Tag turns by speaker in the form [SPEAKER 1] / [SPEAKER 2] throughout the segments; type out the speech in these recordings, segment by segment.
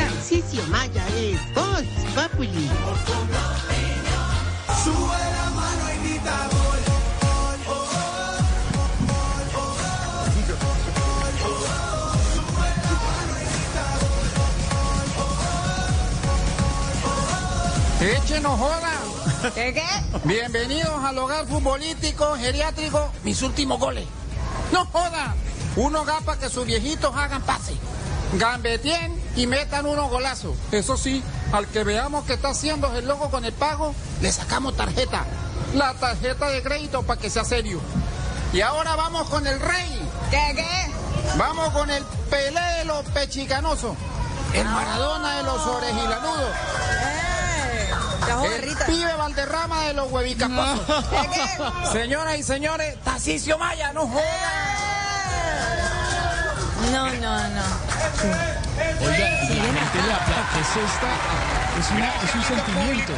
[SPEAKER 1] Radio Maya es Voz Populi.
[SPEAKER 2] Sube la mano y grita gol.
[SPEAKER 3] Échenos joda.
[SPEAKER 4] ¿Qué qué?
[SPEAKER 3] Bienvenidos al hogar futbolístico geriátrico. Mis últimos goles. No jodan. Uno hogar para que sus viejitos hagan pase. Gambetien y metan unos golazos. Eso sí, al que veamos que está haciendo el loco con el pago, le sacamos tarjeta. La tarjeta de crédito para que sea serio. Y ahora vamos con el rey.
[SPEAKER 4] ¿Qué qué?
[SPEAKER 3] Vamos con el Pelé de los pechicanosos. El Maradona de los orejilanudos.
[SPEAKER 4] ¡Eh! La
[SPEAKER 3] El
[SPEAKER 4] joderrita.
[SPEAKER 3] pibe Valderrama de los huevicapasos.
[SPEAKER 4] ¿Qué qué?
[SPEAKER 3] Señoras y señores, Tacicio Maya, no joda.
[SPEAKER 4] No, no, no.
[SPEAKER 5] Oiga, y la gente le aplaude. Es esta, es, una, es un sentimiento.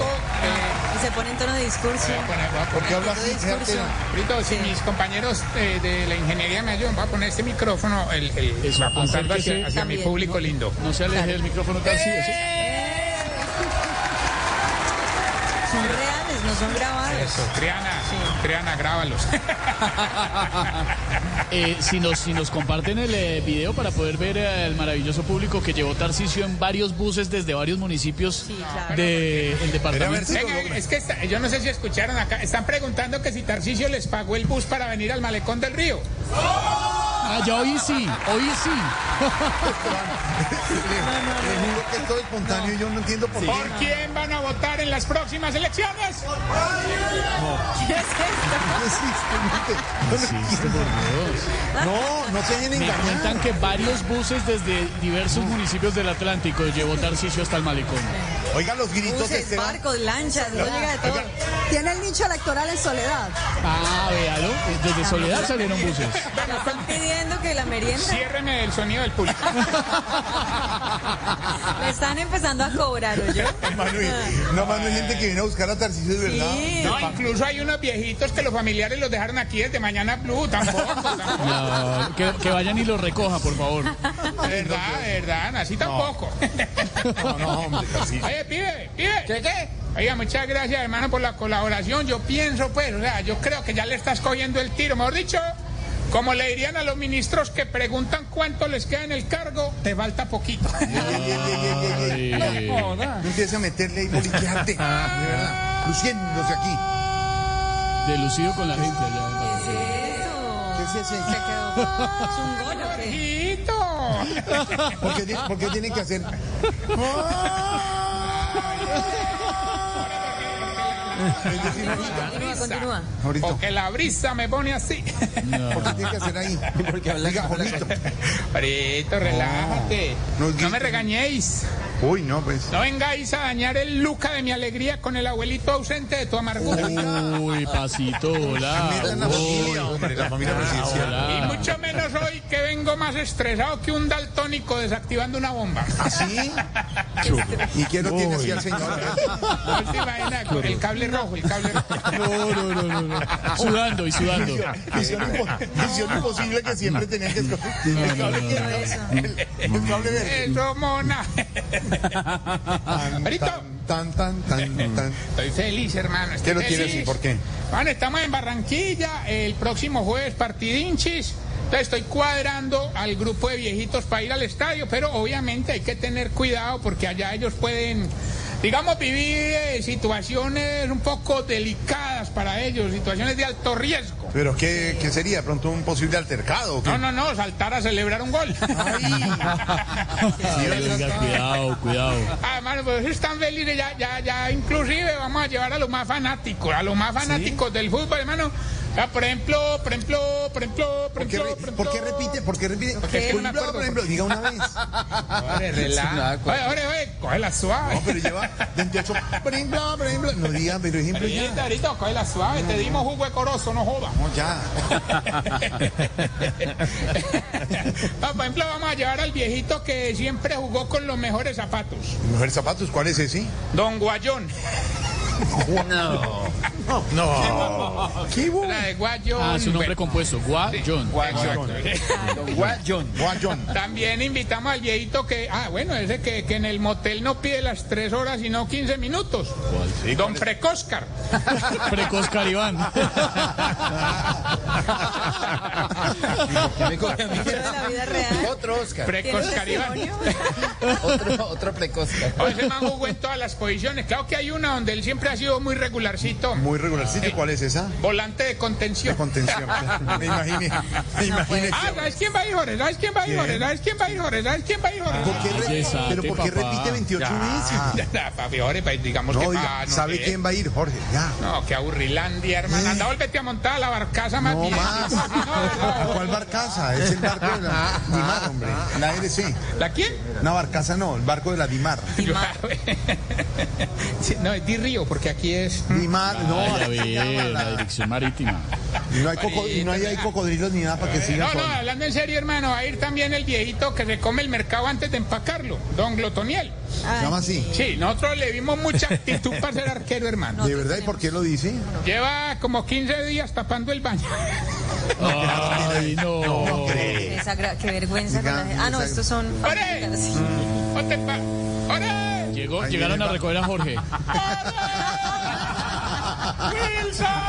[SPEAKER 4] Y se pone en tono de discurso.
[SPEAKER 6] ¿Por qué habla así,
[SPEAKER 4] Discurso.
[SPEAKER 7] Brito, si mis compañeros eh, de la ingeniería me ayudan, voy a poner este micrófono el, el-
[SPEAKER 5] Eso,
[SPEAKER 7] apuntando
[SPEAKER 5] acérquese.
[SPEAKER 7] hacia, hacia mi
[SPEAKER 4] También,
[SPEAKER 7] público lindo.
[SPEAKER 5] No se aleje del micrófono casi. eso.
[SPEAKER 4] Son reales, no son grabados.
[SPEAKER 7] Eso, Triana, Triana, grábalos.
[SPEAKER 5] Eh, si, nos, si nos comparten el eh, video para poder ver eh, el maravilloso público que llevó Tarcisio en varios buses desde varios municipios
[SPEAKER 4] Sí, claro.
[SPEAKER 5] del departamento.
[SPEAKER 6] si-
[SPEAKER 7] Venga, es que está- yo no sé si escucharon acá, están preguntando que si Tarcicio les pagó el bus para venir al malecón del río.
[SPEAKER 5] Ah, ya hoy sí, hoy sí.
[SPEAKER 6] Le juro que es todo espontáneo y yo no entiendo por
[SPEAKER 7] ¿Por quién van a votar en las próximas elecciones?
[SPEAKER 4] ¿Qué es esto?
[SPEAKER 6] No existe, no te- no lo entiendo. No, no se dejen
[SPEAKER 5] Me
[SPEAKER 6] engañar.
[SPEAKER 5] cuentan que varios buses desde diversos municipios del Atlántico llevó Tarcisio hasta el malecón.
[SPEAKER 6] Oigan los gritos de
[SPEAKER 4] Buses,
[SPEAKER 6] Esteban.
[SPEAKER 4] barcos, lanchas, no llega de todo.
[SPEAKER 8] Tiene el nicho electoral en soledad.
[SPEAKER 5] Ah, véalo. Desde Soledad salieron buses.
[SPEAKER 4] Ya están pidiendo que la merienda
[SPEAKER 7] Ciérreme el sonido del público.
[SPEAKER 4] le están empezando a cobrar, oye.
[SPEAKER 6] Manuel, no, Manuel, hay gente que viene a buscar a Tarcillo de verdad.
[SPEAKER 4] Sí.
[SPEAKER 7] No, incluso hay unos viejitos que los familiares los dejaron aquí desde mañana Blue, tampoco, tampoco.
[SPEAKER 5] No, que, que vayan y lo recojan, por favor.
[SPEAKER 7] De verdad, de verdad, así tampoco.
[SPEAKER 6] No, no, hombre, Tarcillo.
[SPEAKER 7] Oye, pibe, pibe. ¿Qué, qué? Oiga, muchas gracias, hermano, por la colaboración. Yo pienso, pues, o sea, yo creo que ya le estás cogiendo el tiro. Mejor dicho, como le dirían a los ministros que preguntan cuánto les queda en el cargo, te falta poquito.
[SPEAKER 5] Ay.
[SPEAKER 6] No empieces a meterle ahí politiante, de verdad, luciéndose aquí.
[SPEAKER 5] Delucido con la gente allá.
[SPEAKER 4] Eso.
[SPEAKER 6] ¿Qué es ese?
[SPEAKER 4] Se quedó. ¿Es un gol o qué?
[SPEAKER 7] Poquito.
[SPEAKER 6] ¿Por qué, ti- por qué tienen que hacer? Ah. Es decir, ahorita,
[SPEAKER 4] Continúa, continúa.
[SPEAKER 6] ahorita,
[SPEAKER 7] Porque la brisa me pone así.
[SPEAKER 6] ¿por qué tienen que hacer ahí? Diga, Juanito.
[SPEAKER 7] Brito, relájate.
[SPEAKER 6] No,
[SPEAKER 7] No me
[SPEAKER 6] dijiste-
[SPEAKER 7] regañéis.
[SPEAKER 6] Uy, no, pues.
[SPEAKER 7] No vengáis a dañar el Luca de mi alegría con el abuelito ausente de tu amargura.
[SPEAKER 5] Uy, pasito,
[SPEAKER 6] Metan la
[SPEAKER 5] hola.
[SPEAKER 6] familia, Ah, hombre, Ah, la familia
[SPEAKER 7] Y
[SPEAKER 6] presidencial.
[SPEAKER 5] Ah.
[SPEAKER 7] mucho menos hoy que vengo más estresado que un daltónico desactivando una bomba.
[SPEAKER 6] ¿Así? ¿Ah, ¿Y quién lo tiene así al señor?
[SPEAKER 7] No se imagina, con el cable rojo, el cable rojo.
[SPEAKER 5] No, no, no, no, no. Sudando y sudando.
[SPEAKER 6] Misión, impo- misión imposible que siempre tenía que escoger. El cable, el- el cable verde.
[SPEAKER 7] Eso, mona. Marito.
[SPEAKER 6] Tan, tan, tan, tan, tan.
[SPEAKER 7] Estoy feliz, hermano. estoy
[SPEAKER 6] ¿Qué lo tiene
[SPEAKER 7] feliz.
[SPEAKER 6] así? ¿Por qué?
[SPEAKER 7] Bueno, estamos en Barranquilla, el próximo jueves partidinchis. Entonces estoy cuadrando al grupo de viejitos para ir al estadio, pero obviamente hay que tener cuidado porque allá ellos pueden, digamos, vivir eh, situaciones un poco delicadas para ellos, situaciones de alto riesgo.
[SPEAKER 6] ¿Pero qué, qué sería? ¿De ¿Pronto un posible altercado? o qué?
[SPEAKER 7] No, no, no, saltar a celebrar un gol.
[SPEAKER 5] Ay, Oiga, cuidado, cuidado.
[SPEAKER 7] Ah, hermano, pues están felices, ya, ya, ya, inclusive vamos a llevar a los más fanáticos, a los más fanáticos del fútbol, hermano. Ya, por ejemplo, por ejemplo, por ejemplo, por
[SPEAKER 6] ¿Por qué,
[SPEAKER 7] ejemplo,
[SPEAKER 6] re-
[SPEAKER 7] por ejemplo.
[SPEAKER 6] ¿Por qué repite? ¿Por qué repite?
[SPEAKER 7] Porque es que no me
[SPEAKER 6] Por ejemplo,
[SPEAKER 7] acuerdo.
[SPEAKER 6] por ejemplo, diga una vez. Ah,
[SPEAKER 7] Oye, relaja. Oye, oye, oye, cógela suave.
[SPEAKER 6] No, pero lleva 28. Por ejemplo, por ejemplo. No diga, pero ejemplo
[SPEAKER 7] Ahorita,
[SPEAKER 6] ya.
[SPEAKER 7] ahorita, cógela suave, te dimos jugo de corozo, no jodas.
[SPEAKER 6] No, ya.
[SPEAKER 7] Ah, por ejemplo, vamos a llevar al viejito que siempre jugó con los mejores zapatos,
[SPEAKER 6] Mujer zapatos, ¿cuál es ese?
[SPEAKER 7] Don Guayón.
[SPEAKER 6] No.
[SPEAKER 3] ¿Qué hubo?
[SPEAKER 7] La de Guayón.
[SPEAKER 5] Ah, su nombre compuesto, Gua John.
[SPEAKER 6] Guayón. Guayón.
[SPEAKER 7] También invitamos al viejito que, ah, bueno, ese que, que en el motel no pide las 3 horas, sino 15 minutos. Don Frecóscar.
[SPEAKER 5] Precoz Caribán.
[SPEAKER 4] Pero de la vida real.
[SPEAKER 6] Otro Oscar.
[SPEAKER 4] ¿Tiene
[SPEAKER 7] Frecóscar Iván.
[SPEAKER 4] testimonio?
[SPEAKER 6] Otro, otro precoz.
[SPEAKER 7] Hoy se me jugó en todas las posiciones. Claro que hay una donde él siempre ha sido muy regularcito.
[SPEAKER 6] Muy regularcito. ¿Cuál es esa?
[SPEAKER 7] Volante de contención.
[SPEAKER 6] La contención. Me imaginé. Me imaginé.
[SPEAKER 7] Ah, ¿sabes quién va a ir, Jorge? ¿Sabes quién va a ir, Jorge? ¿Sabes quién va a ir, Jorge? ¿Sabes quién va a ir, Jorge? Ah,
[SPEAKER 6] ¿Por qué re-
[SPEAKER 5] Césate,
[SPEAKER 6] Pero ¿por qué
[SPEAKER 5] papá.
[SPEAKER 6] repite 28 veces?
[SPEAKER 7] Ya, papi, Jorge, pues, digamos que
[SPEAKER 6] No,
[SPEAKER 7] pa-
[SPEAKER 6] oiga,
[SPEAKER 7] no
[SPEAKER 6] ¿sabe
[SPEAKER 7] sé.
[SPEAKER 6] quién va a ir? Jorge, ya.
[SPEAKER 7] No, que aburrilandia, hermano. Anda, volvete a montar a la barcaza más
[SPEAKER 6] No
[SPEAKER 7] bien.
[SPEAKER 6] más. ¿A cuál barcaza? Es el barco de la Dimar, hombre. La RC.
[SPEAKER 7] ¿La quién?
[SPEAKER 6] No, barcaza no, el barco de la Dimar.
[SPEAKER 7] Sí, no, es Di Río, porque aquí es.
[SPEAKER 6] Dimar, no,
[SPEAKER 5] Ay, a ver, la dirección marítima.
[SPEAKER 6] y no hay, coco- y no hay, hay cocodrilos ni nada para que siga
[SPEAKER 7] No, no,
[SPEAKER 6] solo.
[SPEAKER 7] hablando en serio, hermano, va a ir también el viejito que se come el mercado antes de empacarlo, don Glotoniel.
[SPEAKER 6] Se llama así.
[SPEAKER 7] Sí, nosotros le vimos mucha actitud para ser arquero, hermano.
[SPEAKER 6] ¿De verdad? ¿Y por qué lo dice?
[SPEAKER 7] Lleva como 15 días tapando el baño.
[SPEAKER 5] Ay, no.
[SPEAKER 4] Qué desagra- Qué vergüenza. con la
[SPEAKER 6] Diga,
[SPEAKER 4] gente. Ah, no,
[SPEAKER 6] desagra-
[SPEAKER 4] estos son.
[SPEAKER 7] ¡Ore!
[SPEAKER 4] Sí.
[SPEAKER 7] ¡Ote pa! ¡Ore!
[SPEAKER 5] Llegó, llegaron a recoger a Jorge.
[SPEAKER 7] ¡Wilson!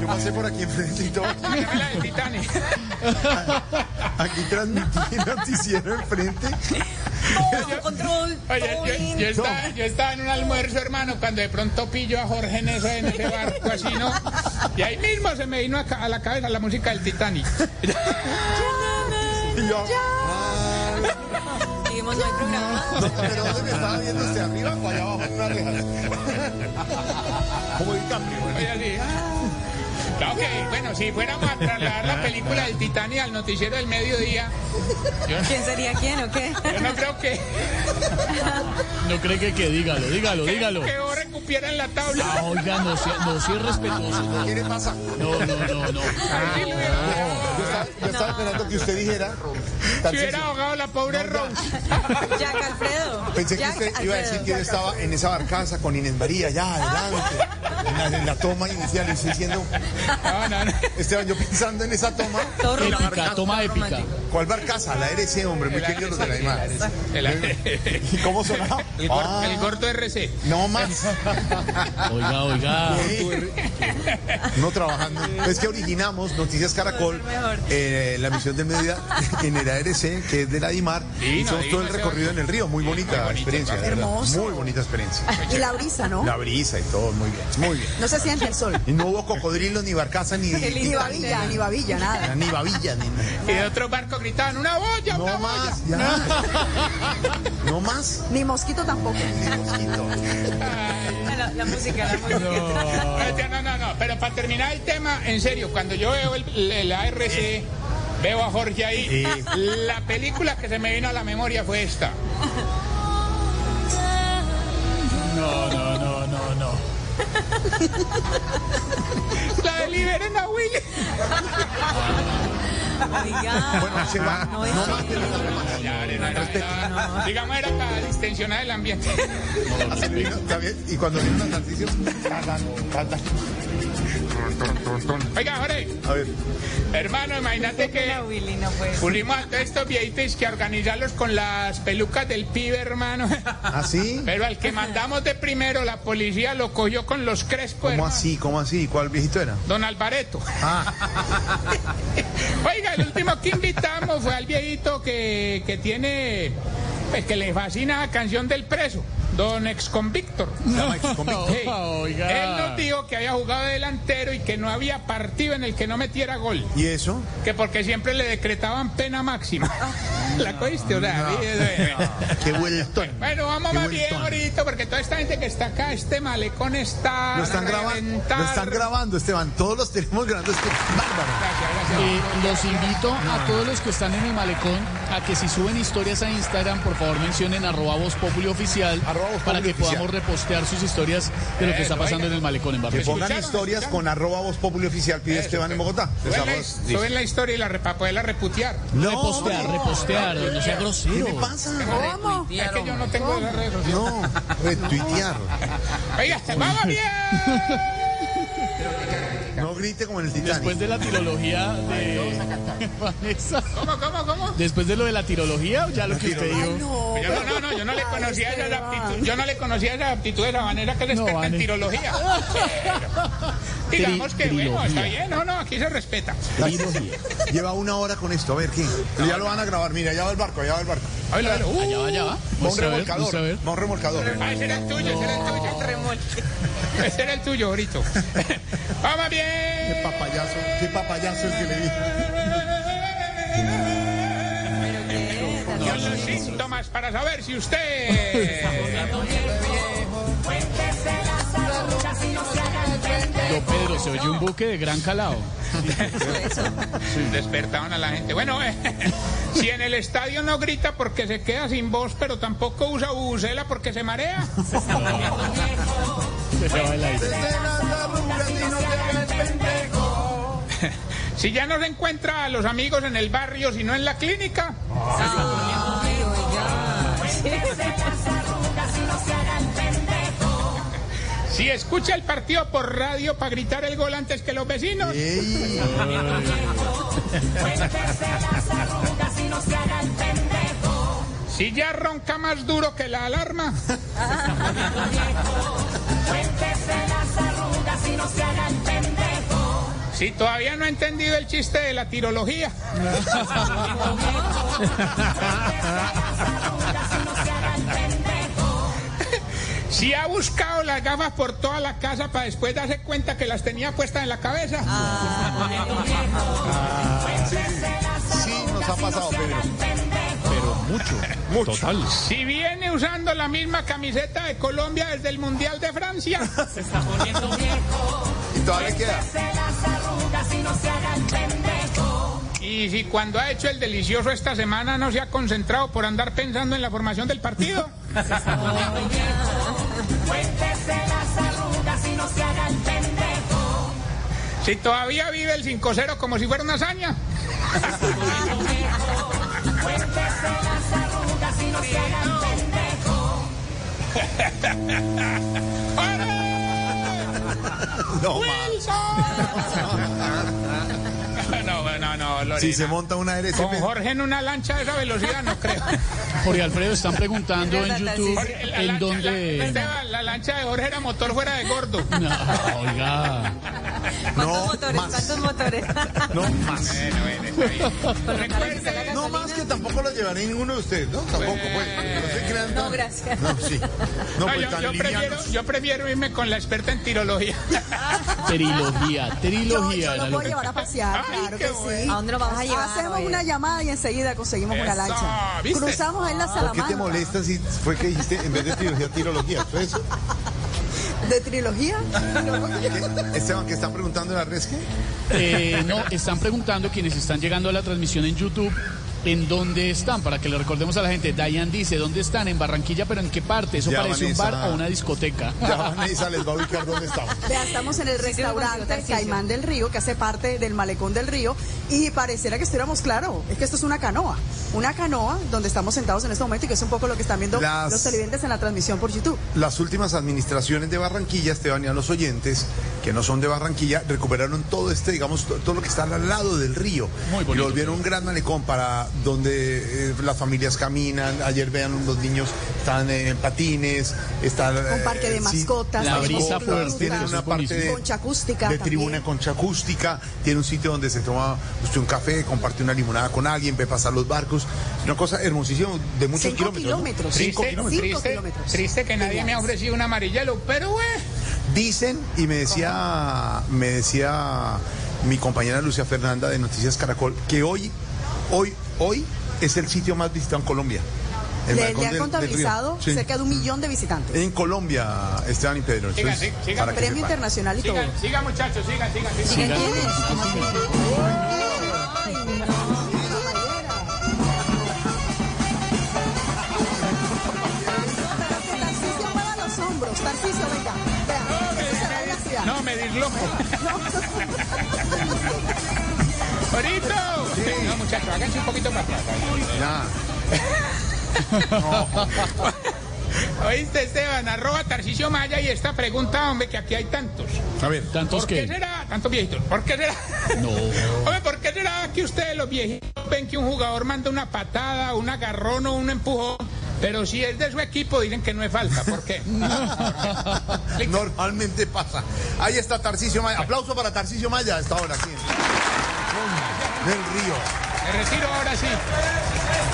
[SPEAKER 6] Yo pasé por aquí enfrente y todo.
[SPEAKER 7] Mira la del Titanic.
[SPEAKER 6] Aquí transmití el noticiero enfrente.
[SPEAKER 4] Todo control.
[SPEAKER 7] Oye,
[SPEAKER 4] todo
[SPEAKER 7] yo,
[SPEAKER 4] bien.
[SPEAKER 7] yo estaba, yo estaba en un almuerzo, hermano, cuando de pronto pillo a Jorge en ese, en ese barco así, ¿no? Y ahí mismo se me vino a, ca- a la cabeza la música del Titanic.
[SPEAKER 6] Y yo,
[SPEAKER 4] Seguimos, no hay programa.
[SPEAKER 6] pero ¿dónde me estaba viendo? ¿Hacia arriba o allá abajo? en Una reja. Como ¿eh? DiCaprio.
[SPEAKER 7] Oye, así. Claro que, Ah, bueno, si fuéramos a trasladar la película del Titanic al noticiero del mediodía,
[SPEAKER 4] ¿Quién sería quién o qué?
[SPEAKER 7] yo no creo que,
[SPEAKER 5] No cree que, que dígalo, dígalo, dígalo.
[SPEAKER 7] que vos recupieras la tabla.
[SPEAKER 5] Ah, oiga, no sea, no sea irrespetuoso. No,
[SPEAKER 6] ¿Qué le pasa?
[SPEAKER 5] no, no, no. no.
[SPEAKER 7] Así le hubiera-
[SPEAKER 6] Yo estaba, yo estaba esperando que usted dijera.
[SPEAKER 7] Si hubiera ahogado la pobre Rose.
[SPEAKER 4] Jack Alfredo.
[SPEAKER 6] Pensé que
[SPEAKER 4] Jack
[SPEAKER 6] usted iba a decir
[SPEAKER 4] Alfredo.
[SPEAKER 6] que yo estaba en esa barcaza con Inés María, ya adelante. En la, en la toma inicial, y estoy diciendo,
[SPEAKER 7] No, no, no.
[SPEAKER 6] Esteban, yo pensando en esa toma.
[SPEAKER 4] Todo
[SPEAKER 5] Épica,
[SPEAKER 4] romántico,
[SPEAKER 5] toma
[SPEAKER 4] todo
[SPEAKER 5] épica.
[SPEAKER 4] romántico.
[SPEAKER 6] ¿Cuál barcaza? La RC,
[SPEAKER 7] Ah,
[SPEAKER 6] hombre, muy queridos los de la imagen.
[SPEAKER 7] El,
[SPEAKER 6] ¿Y cómo sonaba?
[SPEAKER 7] el gor-
[SPEAKER 6] Ah,
[SPEAKER 7] el gordo RC.
[SPEAKER 6] no más.
[SPEAKER 5] Oiga, oiga.
[SPEAKER 7] Ah,
[SPEAKER 6] No trabajando. Es que originamos Noticias Caracol, eh, la misión del mediodía en el ARC, que es de la DIMAR.
[SPEAKER 7] Divino,
[SPEAKER 6] y hicimos todo el
[SPEAKER 7] divino,
[SPEAKER 6] recorrido en el río. Muy bonita
[SPEAKER 7] bonito,
[SPEAKER 6] experiencia. de verdad.
[SPEAKER 8] Hermoso.
[SPEAKER 6] Muy bonita experiencia.
[SPEAKER 8] Y la brisa, ¿no?
[SPEAKER 6] La brisa y todo, muy bien. Muy bien.
[SPEAKER 8] No se siente el sol.
[SPEAKER 6] Y no hubo cocodrilos, ni barcaza, ni,
[SPEAKER 8] Ni babilla, ni babilla, nada.
[SPEAKER 6] ni babilla, ni nada.
[SPEAKER 7] Y de otro barco gritaban, ¡una boya, una boya!
[SPEAKER 6] No más, ya. No más.
[SPEAKER 8] Ni mosquito tampoco.
[SPEAKER 4] La, la música, la música.
[SPEAKER 7] Este, No, no, no, pero para terminar el tema, en serio, cuando yo veo el, el- el ARC, veo a Jorge ahí, la película que se me vino a la memoria fue esta.
[SPEAKER 5] No, no, no, no, no.
[SPEAKER 7] La de Liberen a Willy.
[SPEAKER 4] Oiga.
[SPEAKER 6] Bueno, se va.
[SPEAKER 4] No es serio.
[SPEAKER 7] Ya, no, no,
[SPEAKER 6] Este.
[SPEAKER 7] no, no. Digamos, era para distensionar el ambiente.
[SPEAKER 6] Así le digo, está bien. Y cuando vienen las noticias, tadan, tadan.
[SPEAKER 7] Oiga, Jorge,
[SPEAKER 6] a ver,
[SPEAKER 7] hermano, imagínate que
[SPEAKER 4] No, Willy, no puede ser.
[SPEAKER 7] pulimos a todos estos viejitos que a organizarlos con las pelucas del pibe, hermano.
[SPEAKER 6] ¿así?
[SPEAKER 7] Pero al que mandamos de primero, la policía lo cogió con los crespos,
[SPEAKER 6] ¿Cómo
[SPEAKER 7] hermano.
[SPEAKER 6] así? ¿Cómo así? ¿Cuál viejito era?
[SPEAKER 7] Don Alvareto.
[SPEAKER 6] Ah,
[SPEAKER 7] Oiga, el último que invitamos fue al viejito que, que tiene, pues que le fascina la canción del preso, don exconvictor. Sí.
[SPEAKER 5] Oiga.
[SPEAKER 7] Él nos dijo que había jugado de delantero y que no había partido en el que no metiera gol,
[SPEAKER 6] ¿y eso?
[SPEAKER 7] que porque siempre le decretaban pena máxima. ¿La cogiste? O sea, Eh.
[SPEAKER 6] Qué vueltón.
[SPEAKER 7] Bueno, vamos
[SPEAKER 6] Qué
[SPEAKER 7] más bien
[SPEAKER 6] vueltón.
[SPEAKER 7] ahorita, porque toda esta gente que está acá, este malecón está...
[SPEAKER 6] Lo están
[SPEAKER 7] a
[SPEAKER 6] grabando,
[SPEAKER 7] reventar.
[SPEAKER 6] lo están grabando, Esteban. Todos los tenemos grabando. Este bárbaro.
[SPEAKER 7] Gracias, gracias.
[SPEAKER 5] Eh, los invito a todos los que están en el malecón a que si suben historias a Instagram, por favor mencionen arroba voz populi oficial
[SPEAKER 6] Arroba Voz
[SPEAKER 5] para
[SPEAKER 6] Populi
[SPEAKER 5] que
[SPEAKER 6] Oficial.
[SPEAKER 5] podamos repostear sus historias de lo que está
[SPEAKER 7] Eso,
[SPEAKER 5] pasando
[SPEAKER 7] oiga.
[SPEAKER 5] en el malecón en
[SPEAKER 6] Que
[SPEAKER 5] Barranquilla.
[SPEAKER 6] pongan
[SPEAKER 7] ¿Escucharon?
[SPEAKER 6] historias
[SPEAKER 7] ¿Escucharon?
[SPEAKER 6] con arroba voz populi oficial, pide Esteban en Bogotá. Esa
[SPEAKER 7] Suben la,
[SPEAKER 6] voz dice.
[SPEAKER 7] suben la historia y la re- para poderla reputear.
[SPEAKER 6] No,
[SPEAKER 5] repostear,
[SPEAKER 6] no,
[SPEAKER 5] repostear, no sea
[SPEAKER 6] ¿Qué le
[SPEAKER 5] grosero.
[SPEAKER 6] pasa?
[SPEAKER 8] ¿Cómo?
[SPEAKER 7] Es que yo no tengo esas redes sociales.
[SPEAKER 6] No, retuitear.
[SPEAKER 7] Oiga, ¡vamos bien!
[SPEAKER 6] No grite como en el
[SPEAKER 5] Después
[SPEAKER 6] Titanic.
[SPEAKER 5] de la tirología de Vanessa,
[SPEAKER 7] ¿Cómo, cómo, cómo?
[SPEAKER 5] después de lo de la tirología, ya lo que usted
[SPEAKER 6] tirología.
[SPEAKER 5] dijo.
[SPEAKER 7] Yo no, no, no, yo no le
[SPEAKER 8] Ay,
[SPEAKER 7] conocía esa
[SPEAKER 8] Esteban.
[SPEAKER 7] aptitud, yo no le conocía esa aptitud de la manera que les
[SPEAKER 5] No,
[SPEAKER 7] experta en
[SPEAKER 5] Vane.
[SPEAKER 7] tirología. Pero, digamos que bueno,
[SPEAKER 5] trilogía.
[SPEAKER 7] está bien, no, no, aquí se respeta.
[SPEAKER 6] Lleva una hora con esto, a ver, ¿qué? Ya lo van a grabar, mira, allá va el barco, allá va el barco.
[SPEAKER 7] Oílo, oílo, uh,
[SPEAKER 5] Allá va, allá va.
[SPEAKER 6] Va un
[SPEAKER 5] Muestra a ver,
[SPEAKER 6] remolcador,
[SPEAKER 5] muestra a ver.
[SPEAKER 6] va un remolcador.
[SPEAKER 7] Ah, ese era el tuyo, ese era el tuyo. Ese era el tuyo, Orito. ¡Vamos bien!
[SPEAKER 6] Qué papayazo, qué papayazo el que le di.
[SPEAKER 7] Son los síntomas para saber si usted...
[SPEAKER 5] Don Pedro, se oye un buque de gran calado.
[SPEAKER 7] Despertaban a la gente. Bueno, eh, si en el estadio no grita porque se queda sin voz, pero tampoco usa bucela porque se marea.
[SPEAKER 5] Se va el aire.
[SPEAKER 7] Si ya no se encuentra a los amigos en el barrio, sino en la clínica. Si escucha el partido por radio para gritar el gol antes que los vecinos.
[SPEAKER 6] Ey,
[SPEAKER 7] Si ya ronca más duro que la alarma. Si todavía no ha entendido el chiste de la tirología. Si ha buscado las gafas por toda la casa para después darse cuenta que las tenía puestas en la cabeza.
[SPEAKER 6] sí, nos ha pasado, Pedro.
[SPEAKER 7] Si viene usando la misma camiseta de Colombia desde el Mundial de Francia.
[SPEAKER 6] Y todavía queda.
[SPEAKER 7] Y si cuando ha hecho el delicioso esta semana no se ha concentrado por andar pensando en la formación del partido. Si todavía vive el 5-0 como si fuera una hazaña.
[SPEAKER 6] No, ma.
[SPEAKER 7] No, no, no, Lorena.
[SPEAKER 6] Si se monta una
[SPEAKER 7] Con
[SPEAKER 6] RCP.
[SPEAKER 7] Jorge en una lancha a esa velocidad no creo.
[SPEAKER 5] Jorge Alfredo, están preguntando en YouTube
[SPEAKER 7] Jorge, la
[SPEAKER 5] en
[SPEAKER 7] lancha- la-
[SPEAKER 5] dónde...
[SPEAKER 7] Esteban, la lancha de Jorge era motor fuera de gordo.
[SPEAKER 5] No, oiga.
[SPEAKER 4] ¿Cuántos
[SPEAKER 6] No,
[SPEAKER 4] motores?
[SPEAKER 6] más.
[SPEAKER 4] ¿Cuántos motores?
[SPEAKER 6] No más.
[SPEAKER 7] Bueno, bueno, está bien. Recuerde,
[SPEAKER 6] No más que tampoco lo llevaré ninguno de ustedes, ¿no? Tampoco, pues. No se crean.
[SPEAKER 4] No,
[SPEAKER 6] tan-
[SPEAKER 4] gracias.
[SPEAKER 6] No, sí. No,
[SPEAKER 7] No,
[SPEAKER 6] pues
[SPEAKER 7] yo, yo
[SPEAKER 6] tan
[SPEAKER 7] prefiero,
[SPEAKER 6] livianos.
[SPEAKER 7] yo prefiero irme con la experta en tirología.
[SPEAKER 5] Trilogía,
[SPEAKER 8] Yo,
[SPEAKER 5] trilogía.
[SPEAKER 8] yo
[SPEAKER 5] era
[SPEAKER 8] lo
[SPEAKER 5] lo
[SPEAKER 8] puedo
[SPEAKER 5] que-
[SPEAKER 8] llevar a pasear,
[SPEAKER 7] Ay,
[SPEAKER 8] claro
[SPEAKER 7] qué
[SPEAKER 8] que sí.
[SPEAKER 4] ¿A dónde lo vamos a llevar?
[SPEAKER 8] Hacemos
[SPEAKER 4] Noel?
[SPEAKER 8] una llamada y enseguida conseguimos una
[SPEAKER 7] Eso,
[SPEAKER 8] lancha.
[SPEAKER 7] ¿viste?
[SPEAKER 8] Cruzamos en la
[SPEAKER 6] ¿Por qué te
[SPEAKER 8] Salamanca.
[SPEAKER 6] molestas si fue que dijiste en vez de tirología, tirología? ¿Fue eso?
[SPEAKER 8] ¿De trilogía?
[SPEAKER 6] ¿Qué? Esteban, Este que está preguntando en la red, ¿qué?
[SPEAKER 5] Eh, no, están preguntando quienes están llegando a la transmisión en YouTube en dónde están, para que le recordemos a la gente. Diane dice, ¿dónde están? En Barranquilla, pero ¿en qué parte? Eso
[SPEAKER 6] Ya,
[SPEAKER 5] parece un
[SPEAKER 6] Vanessa.
[SPEAKER 5] bar o una discoteca.
[SPEAKER 6] Ya Vanessa les va a ubicar dónde estamos.
[SPEAKER 8] Vea, estamos en el restaurante El Caimán del Río, que hace parte del Malecón del Río, y pareciera que estuviéramos claro, es que esto es una canoa, una canoa donde estamos sentados en este momento y que es un poco lo que están viendo
[SPEAKER 6] Las-
[SPEAKER 8] los televidentes en la transmisión por YouTube.
[SPEAKER 6] Las últimas administraciones de Barranquilla, Esteban y a los oyentes que no son de Barranquilla, recuperaron todo este, digamos, to- todo lo que está al lado del río.
[SPEAKER 5] Muy bonito.
[SPEAKER 6] Y lo volvieron un gran malecón para donde eh, las familias caminan. Ayer vean los niños están eh, en patines, está eh,
[SPEAKER 8] Con parque de mascotas,
[SPEAKER 5] La brisa fuerte,
[SPEAKER 6] tienen
[SPEAKER 5] eso
[SPEAKER 6] una
[SPEAKER 5] es
[SPEAKER 6] parte
[SPEAKER 5] buenísimo.
[SPEAKER 6] de,
[SPEAKER 8] Concha acústica
[SPEAKER 6] de
[SPEAKER 8] también.
[SPEAKER 6] tribuna concha acústica, tiene un sitio donde se toma usted un café, comparte una limonada con alguien, ve pasar los barcos, una cosa hermosísima de muchos
[SPEAKER 8] Cinco
[SPEAKER 6] kilómetros. ¿no?
[SPEAKER 8] kilómetros.
[SPEAKER 6] Cinco
[SPEAKER 7] Triste,
[SPEAKER 6] kilómetros.
[SPEAKER 8] Cinco
[SPEAKER 7] triste,
[SPEAKER 8] kilómetros.
[SPEAKER 7] triste que nadie me ha ofrecido un amarillelo, pero güey.
[SPEAKER 6] Dicen, y me decía, me decía mi compañera Lucia Fernanda de Noticias Caracol, que hoy, hoy, hoy es el sitio más visitado en Colombia. El
[SPEAKER 8] Le,
[SPEAKER 6] balcón
[SPEAKER 8] le
[SPEAKER 6] del- del
[SPEAKER 8] han
[SPEAKER 6] río.
[SPEAKER 8] contabilizado
[SPEAKER 6] Sí.
[SPEAKER 8] cerca de un millón de visitantes.
[SPEAKER 6] En Colombia, Esteban y Pedro.
[SPEAKER 7] Sigan,
[SPEAKER 6] entonces,
[SPEAKER 7] sí, sigan.
[SPEAKER 6] para que
[SPEAKER 8] Premio
[SPEAKER 6] sepan.
[SPEAKER 8] internacional y todo.
[SPEAKER 7] Sigan, sigan muchachos, sigan, sigan, sigan.
[SPEAKER 4] ¿Qué quieres?
[SPEAKER 8] Ay, no.
[SPEAKER 7] ¡Orito! No, muchachos, háganse un poquito más atrás.
[SPEAKER 6] Ya.
[SPEAKER 7] Oíste, Esteban, arroba Tarcicio Maya y esta pregunta, hombre, que aquí hay tantos.
[SPEAKER 6] A ver.
[SPEAKER 5] ¿Tantos
[SPEAKER 7] ¿Por qué
[SPEAKER 5] que
[SPEAKER 7] será? Tantos viejitos. ¿Por qué será?
[SPEAKER 5] No.
[SPEAKER 7] Hombre, ¿por qué será que ustedes los viejitos ven que un jugador manda una patada, un agarrón o un empujón? Pero si es de su equipo, dicen que no es falta. ¿Por qué?
[SPEAKER 6] Normalmente pasa. Ahí está Tarcisio Maya. Aplauso para Tarcisio Maya a esta hora aquí. Del Río.
[SPEAKER 7] Me retiro ahora sí.